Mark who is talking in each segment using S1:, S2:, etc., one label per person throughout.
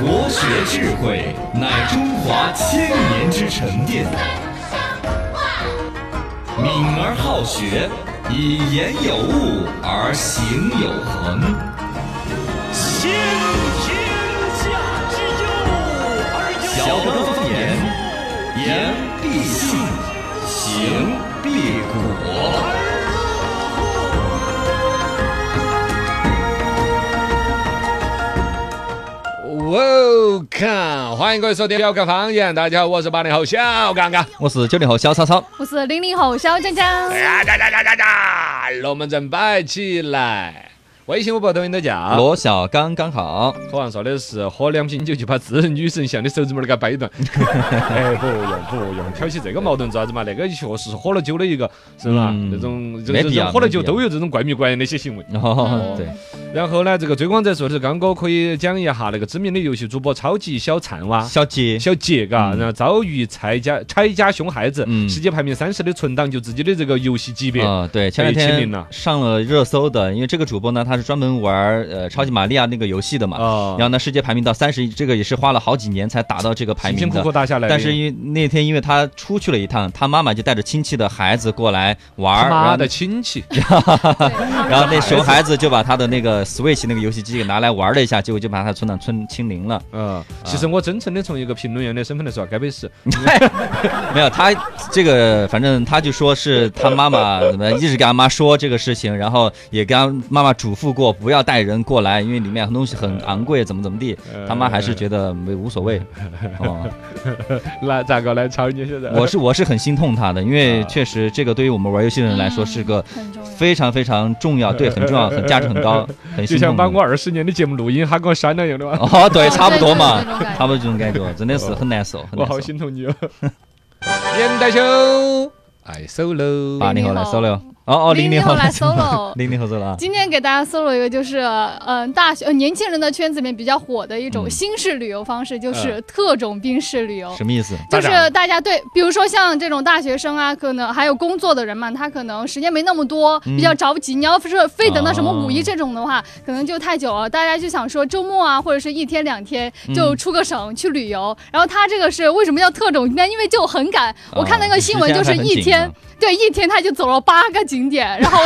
S1: 国学智慧乃中华千年之沉淀，敏而好学，以言有物而行有恒。
S2: 先天下之忧而忧
S1: 小德方言，言必信，行必果。
S3: Welcome，欢迎各位收听《撩个方言》。大家好，我是八零后小刚刚。
S4: 我是九零后小超超，
S5: 我是零零后小江江，
S3: 呀呀呀呀呀呀！龙门阵摆起来，微信、微博、抖音都叫。
S4: 罗小刚刚好，
S3: 口上说的是喝两瓶酒就把自己女神像的手指拇儿给掰断。哎，不用不用，挑起这个矛盾做啥子嘛？那个确实是喝了酒的一个，是吧？
S4: 嗯
S3: 那种这
S4: 没
S3: 这
S4: 必要
S3: 种喝了酒
S4: 没必要
S3: 都有这种怪迷怪眼的一些行为。嗯
S4: 哦，对，
S3: 然后呢，这个追光者说的是刚哥可以讲一下那个知名的游戏主播超级小灿哇。
S4: 小杰，
S3: 小杰，嘎，
S4: 嗯
S3: 然后遭遇拆家拆家凶害子，
S4: 嗯
S3: 世界排名三十的存档就自己的这个游戏级别，
S4: 啊，对，前两
S3: 被亲民了
S4: 天上了热搜的，因为这个主播呢，他是专门玩呃超级玛利亚那个游戏的嘛，
S3: 啊
S4: 然后呢，世界排名到三十，这个也是花了好几年才达到这个排
S3: 辛辛
S4: 名
S3: 苦
S4: 的
S3: 苦。打下来的。
S4: 但是因为那天因为他出去了一趟，他妈妈就带着亲戚的孩子过来玩
S3: 他
S4: 儿，然
S3: 妈
S4: 后
S3: 的熊 亲戚，
S4: 然后那熊
S5: 还
S4: 孩子就把他的那个 Switch 那个游戏机给拿来玩了一下，结果就把他村长村清零了。
S3: 嗯，其实我真诚的从一个评论员的身份来说，啊该被是
S4: 没有，他这个反正他就说是他妈妈怎么一直跟他妈说这个事情，然后也跟他妈妈嘱咐过不要带人过来，因为里面很多东西很昂贵，怎么怎么地。
S3: 呃
S4: 他妈还是觉得没无所 谓。哦，
S3: 来咋个来抄你现 在？
S4: 我是我是很心痛他的，因
S3: 啊
S4: 为确实这个对于我们玩游戏的人来说是个
S5: 很重要，
S4: 非常非常重要，对，很重要，很价值很高， 很
S3: 就
S4: 心
S3: 像
S4: 痛的。
S3: 把我二十年的节目录音喊给我删了一样的嘛，
S4: 哦， 对，
S5: 哦
S4: 差不多嘛
S5: 对对对这种感，觉
S4: 差不多这种感觉，真的是很难受，很
S3: 哦我
S4: 难
S3: 好
S4: 受。
S3: 心疼你 哦。年代秀，爱 solo，
S4: 八零后来
S5: 00
S4: solo，哦哦，零零
S5: 零
S4: 后
S5: 来
S4: 搜了，
S5: solo。
S4: 零零后 solo 啊。
S5: 今天给大家搜了一个，就是嗯、呃大学、呃、年轻人的圈子里面比较火的一种
S4: 嗯
S5: 新式旅游方式，就是特种兵式旅游。
S4: 什么意思？
S3: 大
S5: 就
S3: 家
S5: 是大家对，比如说像这种大学生啊，可能还有工作的人嘛，他可能时间没那么多，
S4: 嗯
S5: 比较着急。你要是非等到什么
S4: 哦
S5: 五一这种的话，可能就太久了。大家就想说周末啊，或者是一天两天就
S4: 嗯
S5: 出个省去旅游。然后他这个是为什么叫特种兵呢？因为就很赶。
S4: 哦
S5: 我看那个新闻就是一天，对，一天他就走了八个景点， 然后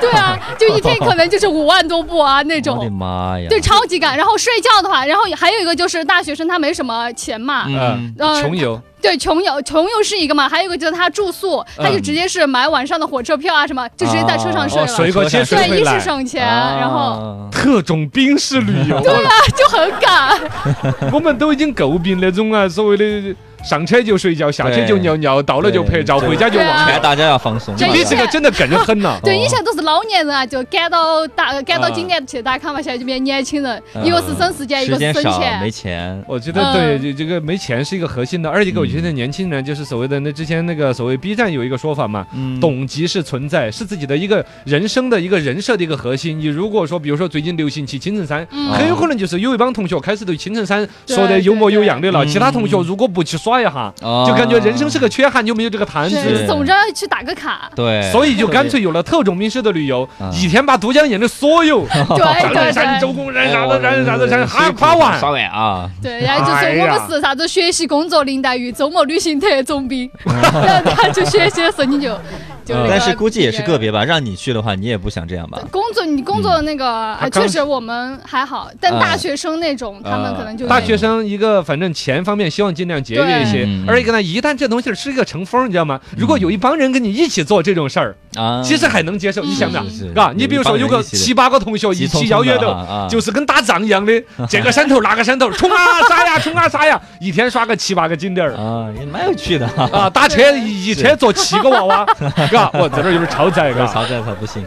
S5: 对啊，就一天可能就是五万多步啊那
S4: 这 我的
S5: 种。
S4: 妈呀！
S5: 对，超级赶。然后睡觉的话，然后还有一个就是大学生他没什么钱嘛，
S3: 啊
S4: 嗯，
S5: 呃
S3: 穷游，
S5: 对，穷游穷游是一个嘛，还有一个就是他住宿，
S4: 嗯
S5: 他就直接是买晚上的火车票啊什么，就直接在车上睡
S3: 哦，
S5: 了。
S3: 水果接水
S5: 对，
S3: 回
S5: 一
S3: 来
S5: 是，省钱，
S4: 啊
S5: 然后啊
S3: 特种兵式旅 游。
S5: 就很赶。
S3: 我们都已经诟病那种啊，所谓的上车就睡觉，下车就尿尿，到了就拍照，
S4: 对
S3: 回家就忘
S5: 对
S4: 哎，
S3: 了。
S4: 大家要放松一下。
S5: 对。
S3: 你这个真的更狠了
S5: 对，
S4: 哦
S5: 以前都是老年人啊，就赶到大赶到
S3: 啊
S5: 景点去打卡嘛，现在就变年轻人，
S4: 嗯
S5: 一个是省时间，一
S4: 时
S5: 个
S4: 间
S5: 是省
S4: 少没
S5: 钱。
S4: 钱，
S3: 我觉得对
S5: 嗯
S3: 这这个没钱是一个核心的，而且我觉得年轻人就是所谓的那之前那个所谓 B 站有一个说法嘛，
S4: 嗯，
S3: 懂即是存在，是自己的一个人生的一个人设的一个核心。你如果说比如说最近流行骑青城山。
S5: 嗯
S4: 哦
S3: 很有可能就是有一帮同学开始对青城山
S5: 对嗯
S3: 说的有模有样的了，
S4: 对对
S3: 其他同学如果不去耍一下，
S4: 哦。
S3: 就感觉人生是个缺憾，有没有这个摊子？
S5: 对，总之要去打个卡
S4: 哦对，
S3: 所以就干脆有了特种兵式的旅游
S4: 嗯，
S3: 一天把都江堰的 所有
S4: 哦
S5: 对
S3: 张
S5: 哎对
S3: 德山、周
S5: 对
S3: 公
S4: 哎
S3: 山啥子啥子啥
S4: 嗯
S3: 子啥子哈夸完
S4: 刷。完啊，
S5: 对，然后就是我们是啥子学习、工作、林黛玉、周末旅行特种兵， 然后他就学习的时候你就就那
S3: 嗯
S5: 个
S4: 但是估计也是
S5: 别
S4: 个别吧，让你去的话，你也不想这样吧？
S5: 工作，你工作的那个，
S3: 他
S5: 呃
S3: 刚
S5: 确实我们还好，但
S4: 啊
S5: 大学生那种，他们可能就
S3: 大学生一个反正钱方面希望尽量节约一些
S4: 对嗯，
S3: 而一个呢，一旦这东西是一个成风，你知道吗？如果有一帮人跟你一起做这种事儿，
S4: 啊，
S3: 其实还能接受。
S5: 嗯
S3: 你想不想
S4: 是是？
S3: 嘎，你比如说有
S4: 有一帮人
S3: 个
S4: 一起的
S3: 七八个同学一
S4: 急匆
S3: 起
S4: 匆
S3: 邀约
S4: 的
S3: 的，
S4: 啊，
S3: 就是跟打仗一样的，这个山头那个 山头，冲啊杀呀，冲啊杀呀，一天刷个七八个景点儿。
S4: 啊，也蛮有趣 的哈。
S3: 啊，打车一一车坐七个娃娃， 嘎，我在这儿有点超载，
S4: 不是
S3: 嘎。
S4: 曹在才不行，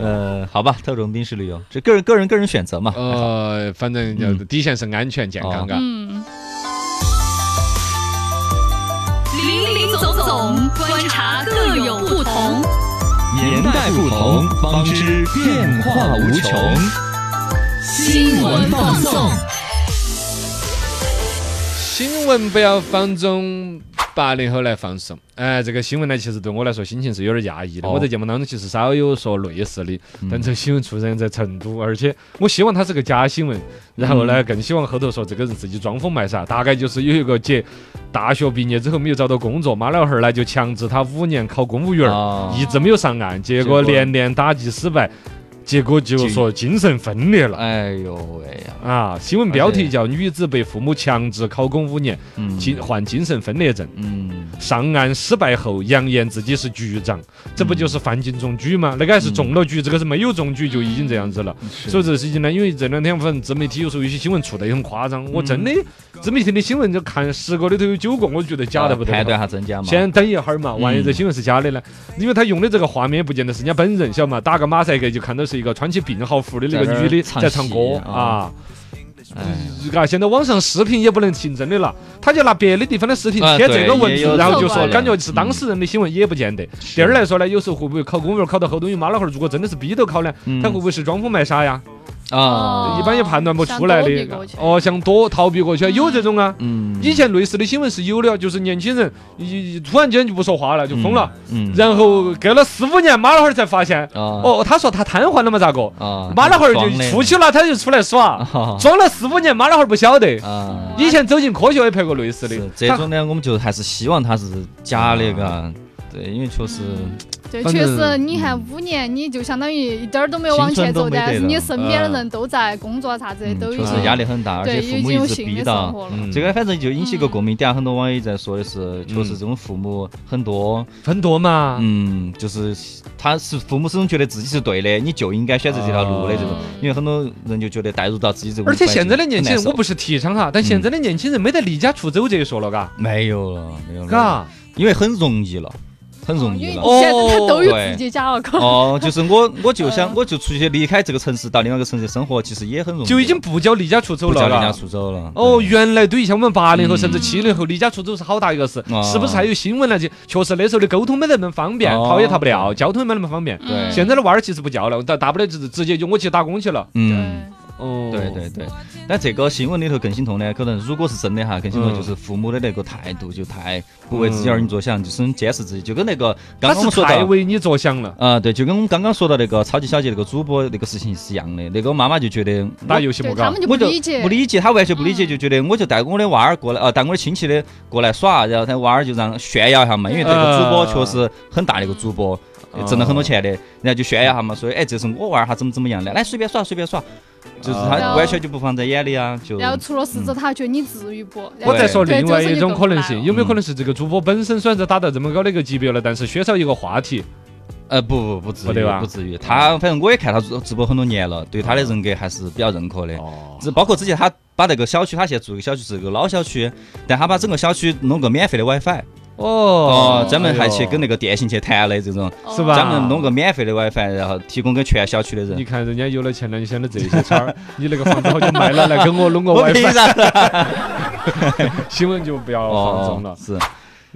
S3: 嗯
S4: 呃，好吧，特种兵式旅游，这个人个人个人选择嘛。
S3: 呃，反正就
S4: 嗯
S3: 底线是安全健康，
S4: 哦
S3: 嘎。
S5: 嗯，
S6: 林林总总，观察各有不同。
S1: 年代不同，方知变化无穷。
S6: 新闻放送，
S3: 新闻不要放纵，八零后来放手，哎，这个新闻呢，其实对我来说心情是有点压抑的。
S4: 哦嗯
S3: 我在节目当中其实稍有说类似的，但这个新闻出现在成都，而且我希望它是个假新闻，然后呢，更希望后头说这个人自己装疯卖
S4: 嗯
S3: 傻，大概就是有一个姐大学毕业之后没有找到工作，妈老汉儿呢就强制她五年考公务员儿，
S4: 哦
S3: 一直没有上岸，结
S4: 结
S3: 果
S4: 果
S3: 连连打击失败，结果就
S4: 就
S3: 说精神分裂了。
S4: 哎呦喂呀，
S3: 啊，新闻标
S4: 而且
S3: 题叫“女子被父母强制考公五年，
S4: 嗯
S3: 精患精神分裂症”。
S4: 嗯，
S3: 上岸失败后，扬言自己是局长，这不
S4: 嗯
S3: 就是范进中举吗？那个还是中了举，这个是没有中举就已经这样子了。
S4: 嗯是
S3: 所以这事情呢，因为这两天反正自媒体有时候有些新闻出的也很夸张，我真的
S4: 嗯
S3: 自媒体的新闻就看十个里头有九个，我觉得假的不得
S4: 判断
S3: 了。
S4: 下真假嘛。
S3: 先等一会儿嘛，万一这新闻是假的呢？因为他用的这个画面不见得是人家本人，晓得嘛？打个马赛克就看到是一个穿起病号服的那
S4: 在那
S3: 个
S4: 儿
S3: 女的
S4: 唱
S3: 在唱
S4: 戏
S3: 歌
S4: 啊
S3: 啊。
S4: 哎
S3: 啊，现在网上视频也不能凭真的了，他就拿别的地方的视频
S4: 啊
S3: 贴这个文
S4: 对也
S3: 字
S4: 有，
S3: 然后
S5: 这
S3: 就
S5: 种
S3: 说
S5: 的
S3: 感觉是当事人的新闻也不见得。第二来说呢，有时候会不会考公务员考到后头，因为妈老汉儿如果真的是逼着考呢，
S4: 嗯
S3: 他会不会是装疯卖傻呀？
S4: 啊，
S3: 一般也判断不出来
S5: 想躲避
S3: 的
S5: 过去。
S3: 哦，想躲逃避过去，有这种啊。
S4: 嗯，
S3: 以前类似的新闻是有的，就是年轻人一一突然间就不说话了，就疯了，
S4: 嗯，
S3: 然后隔了四五年，妈老汉儿才发现，
S4: 啊
S3: 哦，他说他瘫痪了嘛，咋个？
S4: 啊，
S3: 妈老汉儿
S4: 装
S3: 就
S4: 嘞
S3: 出去了，他就出来耍
S4: 啊，
S3: 装了四五年，妈老汉儿不晓得。
S4: 啊。
S3: 以前走进科学也拍过类似的
S4: 是，这
S3: 他
S4: 种呢，我们就还是希望它是假的，
S3: 啊
S4: 嘎。对，因为确实，
S5: 嗯对，
S4: 反
S5: 确
S4: 正
S5: 实，你看五年，你就相当于一点儿都没有往前走，
S4: 青春都没得
S5: 但是你
S4: 了
S5: 身边
S3: 嗯
S5: 的人都在工作啥子的，
S4: 嗯
S5: 都已
S4: 确实
S5: 经
S4: 压力很大，而且
S5: 对，
S4: 父
S5: 已
S4: 母
S5: 经有
S4: 一直
S5: 新
S4: 逼
S5: 的生
S4: 到，
S5: 活了。
S3: 嗯
S4: 这个反正就引起一个
S5: 嗯
S4: 共鸣点，很多网友在说的是，确实
S3: 嗯
S4: 这种父母很多，
S3: 很多嘛，
S4: 嗯，就是他是父母始终觉得自己是对的，你就应该选择这条路的这种，
S5: 啊嗯
S4: 因为很多人就觉得带入到自己这个，
S3: 而且现在的年轻人，我
S4: 不
S3: 不是提倡哈，但现
S4: 嗯
S3: 在的年轻人没得离家出走这一说了，嘎，
S4: 没有了，没有了，
S3: 嘎，
S4: 因为很容易了，很容易
S5: 因
S4: 了。
S5: 为现在他都有
S4: 哦
S5: 自己家 了，可
S4: 哦，就是我，我就想，
S5: 嗯
S4: 我就出去离开这个城市，到另外一个城市生活，其实也很容易，
S3: 就已经不叫离家出走
S4: 不叫
S3: 了，
S4: 离家
S3: 嘎。
S4: 出走了。
S3: 哦，
S4: 对，
S3: 原来对于像我们八零后
S4: 嗯
S3: 甚至七零后，离家出走是好大一个事
S4: 啊，
S3: 是不是还有新闻来去？确实那时候的沟通没得那么方便，
S4: 哦
S3: 逃也逃不了，交通也没那么方便。
S5: 嗯
S4: 对
S3: 现在的娃儿其实不叫了，大大不了就是直接就我去打工去了。
S4: 嗯，
S3: 哦，
S4: 对对对。但这个新闻里头更心痛的，可能如果是真的哈，更心痛
S3: 嗯
S4: 就是父母的那个态度就太不为自己儿女着想，就是很监视自己，就跟那个刚
S3: 他
S4: 刚我
S3: 是
S4: 们说
S3: 太
S4: 到。
S3: 为你着想了，
S4: 啊、对，就跟我们刚刚说到那个超级小姐那个主播那个事情是一样的，那个妈妈就觉得
S3: 打
S4: 我
S3: 游戏
S5: 对
S3: 不
S5: 他
S3: 搞
S5: 们。就不
S4: 我就
S5: 理解，嗯
S4: 不理解，她完全不理解，就觉得我就带我的娃儿过来，呃，带我的亲戚的过来耍，然后他娃儿就让炫耀一下嘛，因为这个主播确实很大的一个主播，
S5: 嗯
S3: 啊
S4: 哎挣了很多钱的，然后就炫耀一下嘛，说哎，这是我娃儿，他怎么怎么样的，来随便耍随便耍，就是他
S5: 啊
S4: 完全就不放在眼里啊，就
S5: 然后出了事之后，他觉得你至于不？然后
S3: 哦我再说
S5: 对
S3: 另
S5: 这
S3: 外
S5: 个事
S3: 一
S5: 就
S3: 种
S5: 更
S3: 可能
S5: 难
S3: 性，
S5: 了
S3: 有没有可
S4: 嗯
S3: 能是这个主播本身虽然是打到这么高的一个级别了，但是缺少一个话题？
S4: 呃，不不不至
S3: 不对
S4: 于，
S3: 吧
S4: 不至于，他反正我也看他直直播很多年了，对他的人格还是比较认可的。
S3: 哦，
S4: 这包括之前他把那个小区，他现在住一个小区是个老小区，但他把整个小区弄个免费的 WiFi，哦
S3: 哦，，哎
S4: 专门还去
S3: 哎呦
S4: 跟那个电信去谈的这种，
S5: 哦
S3: 是吧
S4: 专门弄个免费的 WiFi，然后提供给全小区的
S3: 你
S4: 人。
S3: 看人家有了钱了，你想的这些茬 儿，你那个房子好久卖了，来跟我弄个
S4: 我凭
S3: WiFi，
S4: 啥？
S3: 新闻就不要放纵
S4: 哦
S3: 了，。
S4: 是。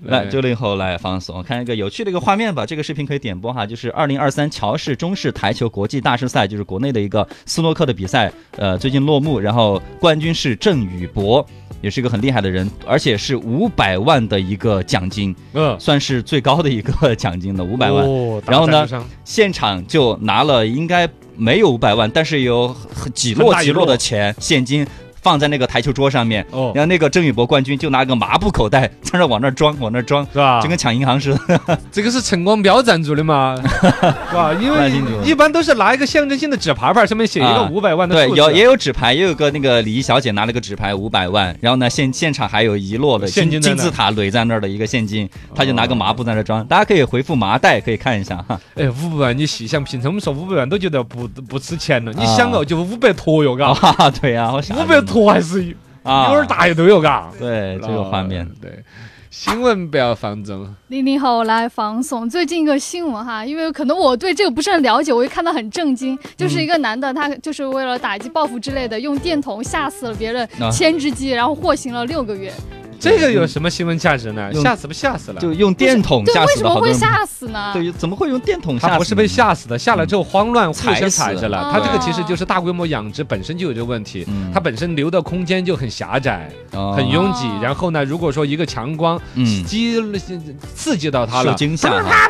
S4: 来，九零后来放松，看一个有趣的一个画面吧。这个视频可以点播哈，就是二零二三乔氏中式台球国际大师赛，就是国内的一个斯诺克的比赛，呃，最近落幕，然后冠军是郑宇博，也是一个很厉害的人，而且是五百万的一个奖金，
S3: 嗯，哦
S4: 算是最高的一个奖金了，五
S3: 五
S4: 百万。然后呢现场就拿了应该没有五百万，但是有很几
S3: 很
S4: 摞
S3: 大一
S4: 几摞
S3: 摞
S4: 的钱现金放在那个台球桌上面，
S3: 哦
S4: 然，后那个郑宇博冠军就拿个麻布口袋在那往那儿装，往那儿装。
S3: 是吧
S4: 就？跟抢银行似的。
S3: 这个是晨光标赞助的 嘛，是吧？因
S4: 那清楚了
S3: 为一般都是拿一个象征性的纸牌牌，上面写一
S4: 啊
S3: 个五百万的
S4: 对，
S3: 数
S4: 有也
S3: 字，
S4: 有纸牌，也有个那个礼仪小姐拿了个纸牌五百万，然后呢现现场还有一摞的
S3: 现
S4: 金
S3: 金在
S4: 金
S3: 那
S4: 字塔垒在那儿的一个现金，他就拿个麻布在那儿装。大家可以回复麻袋，可以看一下哈。
S3: 哎，五百万你细想，平常我们说五百万都觉得不不值钱了，你
S4: 啊
S3: 想哦，就五百坨哟，嘎，
S4: 啊，对呀，我想
S3: 五百坨还是有
S4: 啊，
S3: 点大一头哟，嘎，啊
S4: 对这个画面，
S3: 对，新闻不要放纵。
S5: 零零后来放送，最近一个新闻哈，因为可能我对这个不是很了解，我就看到很震惊，
S4: 嗯
S5: 就是一个男的，他就是为了打击报复之类的，用电筒吓死了别人
S4: 啊
S5: 牵只鸡，然后获刑了六个月。
S3: 这个有什么新闻价值呢？
S4: 用
S3: 吓死不吓死了？
S4: 就用电筒
S5: 对，
S4: 吓
S5: 为
S4: 死
S5: 什
S4: 了
S5: 么
S4: 好多
S5: 会
S4: 人。
S5: 吓死呢？
S4: 对，怎么会用电嗯筒吓死嗯
S3: 他
S4: 人？
S3: 不是被吓死的，吓了之后慌乱，互相踩着了。
S5: 踩死
S3: 他
S5: 了
S3: 这个其实就是大规模养殖本身就有这个问题
S4: 嗯，
S3: 它本身留的空间就很狭窄、
S4: 哦，
S3: 很拥挤
S5: 哦。
S3: 然后呢，如果说一个强光
S4: 嗯
S3: 激刺激到它
S4: 受
S3: 了，
S4: 惊吓哈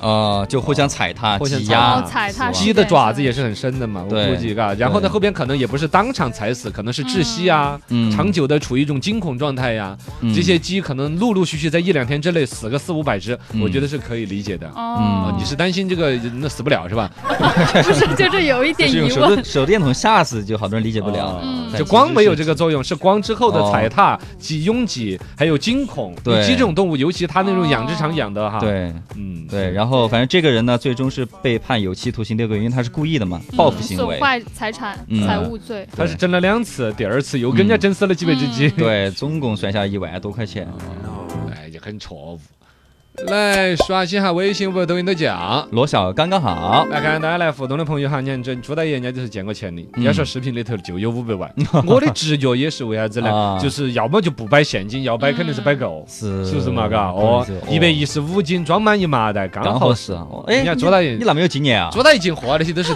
S4: 哦，就互相踩踏、
S3: 互相
S4: 挤
S3: 踩
S4: 压
S5: 哦、踩踏
S4: 死亡
S3: 鸡的爪子也是很深的嘛，我
S4: 对
S3: 估计啊。然后呢，
S4: 对
S3: 后边可能也不是当场踩死，可能是窒息啊，
S4: 嗯
S3: 长久的处于一种惊恐状态呀。
S4: 嗯
S3: 这些鸡可能陆陆续续在一两天之内死个四五百只，
S4: 嗯
S3: 我觉得是可以理解的。
S5: 哦
S4: 嗯，
S3: 你是担心这个那死不了是吧？
S5: 不是就是有一
S4: 就
S5: 点
S4: 是用
S5: 疑
S4: 手
S5: 问？
S4: 电手电筒吓死，就好多人理解不
S3: 哦
S4: 了。
S5: 嗯
S4: 但
S3: 就
S4: 其
S3: 光
S4: 实
S3: 没有
S4: 是
S3: 这个作用，是光之后的踩踏、挤拥挤，还有惊恐。
S4: 对
S3: 鸡这种动物，尤其它那种养殖场养的哈，，
S4: 对
S3: 嗯，
S4: 对，然后反正这个人呢，最终是被判有期徒刑六个月，因为他是故意的嘛，报复行为
S5: 嗯损。坏财产、
S4: 嗯
S5: 财物罪。
S3: 它 是争了两次，第二次又跟人家争死了几百只 鸡，，
S4: 对，总共算下一万多块钱。
S3: 哎，也很错误。来刷新下微信、微博、抖音的奖。
S4: 罗小刚刚好，
S3: 来看大家来互动的朋友哈，你看这朱大爷人家就是见过钱的，人家说视频里头就有五百 万。我的直觉也是为啥子呢
S4: 啊？
S3: 就是要么就不摆现金，要摆肯定是摆狗，
S4: 是
S3: 是不是嘛？嘎，哦，一百一十五斤装满一麻袋，刚
S4: 刚
S3: 好
S4: 好
S3: 是
S4: 是。哦
S3: 人
S4: 哎，
S3: 家
S4: 你
S3: 左大爷
S4: 你哪么有经验啊？
S3: 做到一进货那些 都是，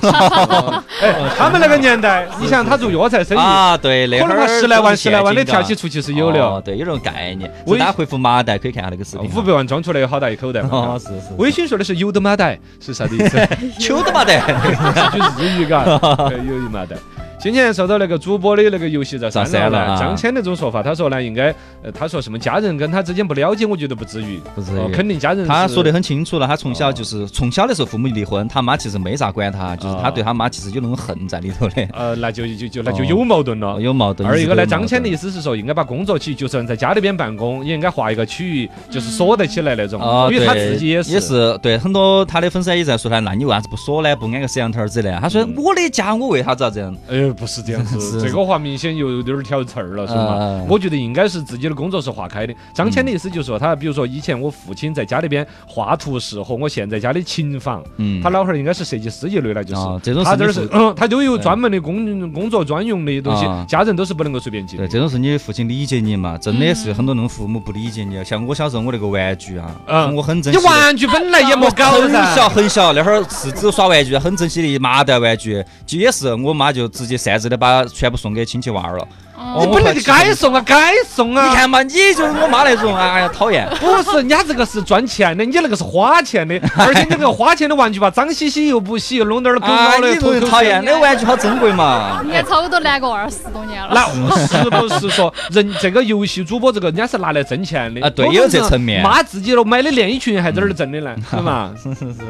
S3: 哎，他们那个年代，你想他做药材生意，
S4: 啊，对，那
S3: 可
S4: 会
S3: 能
S4: 儿
S3: 他十来万、十来万的
S4: 都是现金
S3: 跳
S4: 啊
S3: 起出去是有的
S4: 哦
S3: 哦，
S4: 对，有这种概念。
S3: 我
S4: 所以大家回复麻袋可以看下那个视频啊。
S3: 五百万装出来有好大一口袋
S4: 哦，
S3: 嘛。
S4: 是是，
S3: 微信说的是有的麻袋，是啥的意 思？
S4: 求的嘛得，
S3: 就是日 语嘎，对有的麻袋。先前收到那个主播的那个游戏在
S4: 上山了啊
S3: 张谦那种说法，他说呢，应该，呃，他说什么家人跟他之间不了解，我觉得不至于，
S4: 不至
S3: 哦
S4: 于
S3: 肯定家人
S4: 他
S3: 是
S4: 说的很清楚了，他从小就是从小的时候父母离婚，他妈其实没咋管他，就是他对他妈其实有那种恨在里头的，
S3: 呃，那就就就那就
S4: 哦
S3: 有矛盾了。
S4: 有矛盾。
S3: 二一个呢，
S4: 一直都有
S3: 张
S4: 矛
S3: 谦
S4: 盾
S3: 的意思是说，应该把工作区，就算在家里边办公，也应该划一个区域，就是锁得起来那种
S4: 啊，。
S3: 因为他
S4: 对
S3: 自己
S4: 也
S3: 也是，
S4: 是对很多他的粉丝也在说他，那你为啥子不锁呢？不安个摄像头儿之类的？他说我的家我为啥子要这样？
S3: 哎，不是这样 子，
S4: 是
S3: 这个话明显有点儿挑刺儿了，是吗
S4: 啊？
S3: 我觉得应该是自己的工作是划开的。张谦的意思就是说，他比如说以前我父亲在家里边画图室和我现在家的琴房，
S4: 嗯，
S3: 他老汉儿应该是设计师一类了，就
S4: 啊
S3: 是。
S4: 这种
S3: 他
S4: 是
S3: 这
S4: 你
S3: 儿
S4: 父
S3: 是，嗯，他都有专门的工工作专用的东西
S4: 啊，
S3: 家人都是不能够随便进的
S4: 对，。这种是你父亲理解你嘛？真的是很多那种父母不理解你，像我小时候我那个玩具啊
S3: 嗯，
S4: 我很珍
S3: 你
S4: 惜的。
S3: 玩具本来也没搞
S4: 很
S3: 噻。
S4: 小很小，那会儿是只耍玩具，很珍惜的一麻袋玩具，就也是我妈就直接擅自的把全部送给亲戚娃儿了。
S5: 哦
S4: 哦
S3: 你本来就该送啊，该送啊！
S4: 你看嘛，你就是我妈那种，哎呀讨 厌。
S3: 不是，人家这个是赚钱的，你那个是花钱 的，而且你那个花钱的玩具吧，脏兮兮又不洗，又弄点儿狗
S4: 啊，
S3: 毛
S4: 你
S3: 的，
S4: 这种
S3: 偷
S4: 人
S3: 偷
S4: 讨厌，那个玩具好珍贵嘛。
S5: 应该差不多难过二十多年了。
S3: 那是不是说人这个游戏主播这个人家是拿来挣钱的
S4: 啊对
S3: 我们
S4: 也有这层面
S3: 妈自己都买的连衣裙还在那儿挣的呢， 是嘛？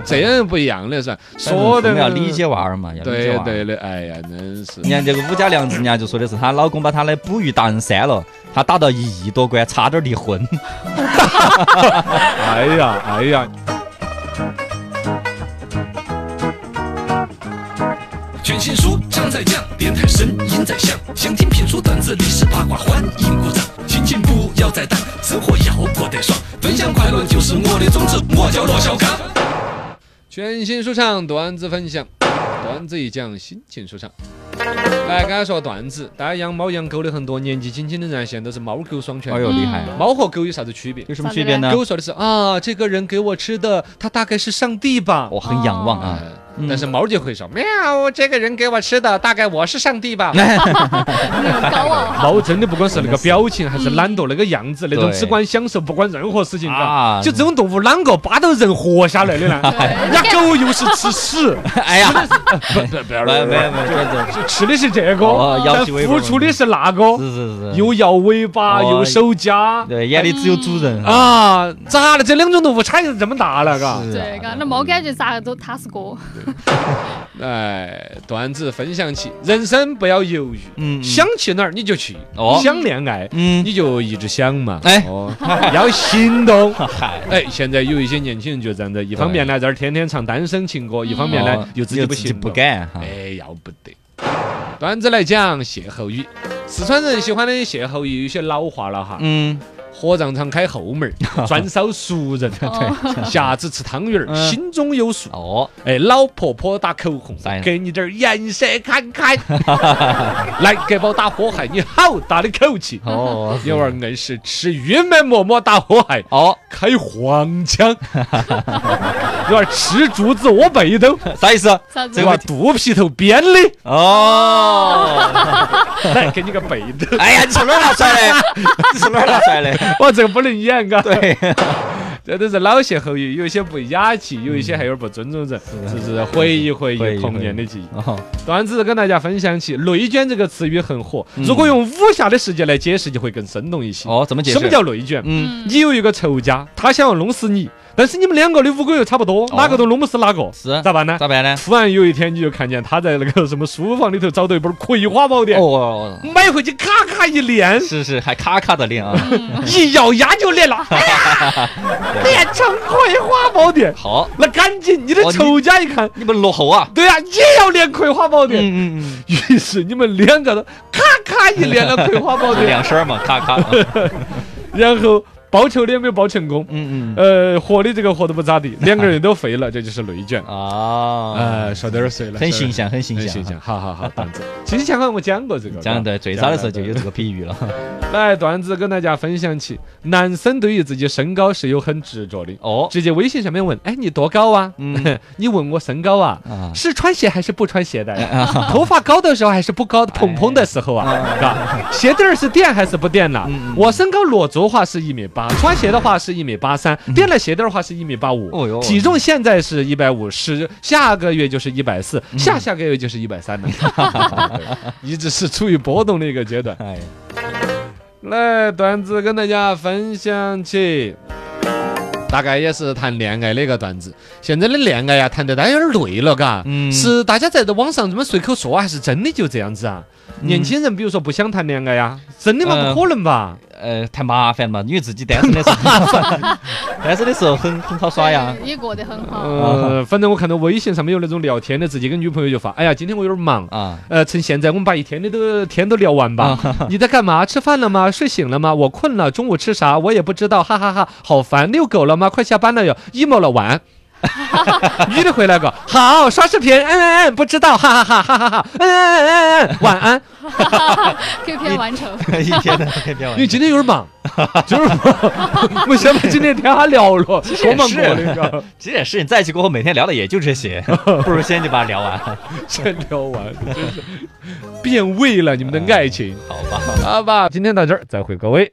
S3: 这人不一样的噻， 说
S4: 嗯我
S3: 的
S4: 们要理。解娃儿嘛，要理解
S3: 对
S4: 娃儿。
S3: 对的，哎呀，真是
S4: 你看这个武家娘子，人家就说的是她老公把她的捕鱼达人删了，她打到一亿多关，差点离婚。
S3: 哎呀，哎呀，
S1: 全新书trang在酱，电台声音在响，想听评书段子历史八卦，欢迎鼓掌。心情不要再淡，生活要过得爽，分享快乐就是我的宗旨。我叫罗小刚。
S3: 全新说唱段子分享，段子一讲心情舒畅。来，刚才说段子，大家养猫养狗的很多，年纪轻轻的人现在都是猫狗双全。
S4: 哎呦，厉害！
S3: 猫和狗有啥子区别？
S4: 有什么区别呢？
S3: 狗说的是啊，这个人给我吃的，他大概是上帝吧。
S4: 我很仰望啊。
S3: 呃但是猫就会说喵，这个人给我吃的，大概我是上 帝吧。
S4: 哎
S5: 那种高傲
S3: 猫真的不管是那个表情，还是懒惰那个样子，那种
S4: 对
S3: 只管享受，不管任何事情嘎
S4: 啊。
S3: 就这种动物，啷个巴到人活下来的 呢？人家狗又是吃屎，
S4: 哎 呀，
S3: 不不不
S4: 没没没，这这
S3: 就吃的是这
S4: 哦
S3: 个，
S4: 摇
S3: 但
S4: 起尾巴
S3: 付出的是那个，
S4: 是是是，
S3: 又摇尾巴，
S4: 哦
S3: 又守家
S4: 对眼里只有主人。
S3: 啊！咋了？这两种动物差异这么大了，嘎？
S4: 是
S5: 对，
S4: 啊
S5: 嘎，那猫感觉咋个都踏实过。
S3: 哎，段子分享起，人生不要犹豫，
S4: 嗯嗯
S3: 想去哪儿你就去，
S4: 哦
S3: 想恋爱。
S4: 嗯，
S3: 你就一直想嘛，
S4: 哎
S3: 哦，要 行动。哎，现在有一些年轻人就这样子，一方面呢在这儿天天唱单身情歌，一方面呢
S4: 哦
S3: 又自己不
S4: 自己
S3: 行
S4: 不
S3: 动。
S4: 敢哈。
S3: 哎，要不得。段子来讲，歇后语，四川人喜欢的歇后语有些老化了哈。
S4: 嗯，
S3: 火葬场开后门 儿，专烧熟人，
S5: 哦
S3: 下次吃汤圆儿，
S4: 嗯
S3: 心中有数。
S4: 哦，
S3: 哎，老婆婆打口红
S4: 啥呀，
S3: 给你点儿颜色看看。 来，给包打火海，你好大的口气！
S4: 哦，
S3: 一会儿硬是吃玉米馍馍打火海，
S4: 哦，
S3: 开黄腔； 一会儿吃竹子窝背兜，
S4: 啥意思？啊
S5: 啥
S3: 一
S5: 子
S3: 会？儿肚皮头鞭的，
S4: 哦，
S3: 来给你个背兜。
S4: 哎呀，你从哪儿拿出来的？ 你从哪儿拿出来的？
S3: 哇，这个不能演啊！
S4: 对，
S3: 这都是老歇后语，有一些不雅气，有一些还有点不尊重人，就是回忆回
S4: 回忆
S3: 忆童年的记忆。
S4: 哦，
S3: 段子跟大家分享起，内卷这个词语很火，如果用武侠的世界来解释，就会更生动一些。
S4: 嗯哦，怎么解释？
S3: 什么叫内卷？
S4: 嗯？
S3: 你有一个仇家，他想要弄死你，但是你们两个的武功又差不多，哪个都弄不死哪个，
S4: 哦是
S3: 咋办呢？
S4: 咋办呢？
S3: 突然有一天，你就看见他在那个什么书房里头找到一本《葵花宝典》，
S4: 哦，
S3: 买回去咔咔一练，
S4: 是是，还咔咔的练啊。
S3: 一咬牙就练 了，哎呀练成《葵花宝典》。
S4: 好，
S3: 那赶紧，你的
S4: 哦你
S3: 仇家一看，
S4: 你们落后啊。
S3: 对呀、也要练《葵花宝典》
S4: 嗯嗯
S3: 于是你们两个都咔咔一连了《葵花宝
S4: 嗯，
S3: 典
S4: 两声儿嘛，咔嗯咔。》，
S3: 然后报仇的也没有报成功，
S4: 嗯嗯
S3: 呃，活的这个活的不咋地，两个人都废了，这就是内卷。
S4: 啊，
S3: 呃，说到点儿碎了，
S4: 很
S3: 说到
S4: 形象，很形
S3: 点儿，
S4: 象
S3: 很
S4: 啊
S3: 形。象。好好好，段子。其实前好像我讲过这 个，
S4: 讲
S3: 对
S4: 对，
S3: 吧，
S4: 最早的时候就
S3: 讲
S4: 有这个比喻 了。
S3: 对来段子跟大家分享起，男生对于自己身高是有很执着的。
S4: 哦，
S3: 直接微信上面问，哎，你多高啊？
S4: 嗯
S3: 你问我身高啊？
S4: 啊，
S3: 是穿鞋还是不穿 鞋的？头发高的时候还是不高？
S4: 哎
S3: 蓬蓬的时候啊，是吧？鞋底儿是垫还是不垫呐？
S4: 嗯
S3: 我身高裸足的话是一米八，穿鞋的话是一米八三，垫了鞋底儿的话是一米八
S4: 嗯哦
S3: 五
S4: 哟。
S3: 体重现在是一百五十，下个月就是一百四，
S4: 嗯
S3: 下下个月就是一百 三 了。一直是处于波动的一个阶段。
S4: 哎，
S3: 来，段子跟大家分享起，大概也是谈恋爱的一个段子。现在的恋爱呀、谈得大家有点累了，嘎。
S4: 嗯
S3: 是大家在这网上这么随口说，还是真的就这样子啊？年轻人，比如说不想谈恋爱呀、真的吗？
S4: 呃
S3: 不可能吧？
S4: 呃，太麻烦了嘛，因为自己单身的时候，单身的时候很很好耍呀。
S5: 对也过得很好。
S3: 呃，反正我看到微信上面有那种聊天的，自己跟女朋友就发，哎呀，今天我有点忙。
S4: 啊，
S3: 呃，趁现在我们把一天的都天都聊完 吧。你在干嘛？吃饭了吗？睡醒了吗？我困了，中午吃啥我也不知道，哈哈哈好烦。遛狗了吗？快下班了哟，emo 了， 晚安。女的回来个好刷视频，嗯嗯嗯，不知道，哈哈哈哈哈哈，嗯嗯嗯嗯嗯，晚安。
S5: Q 片完成，
S4: 一天的 一天
S3: 因为今天有点 忙，就是忙，我想把今天天还聊了，
S4: 也
S3: 多忙过那个，
S4: 这件事情在一起过后，每天聊的也就这 些，不如先就把它聊完，
S3: 真聊完，真是变味了你们的爱情，
S4: 好吧。
S3: 好吧？今天到这儿，再会各位。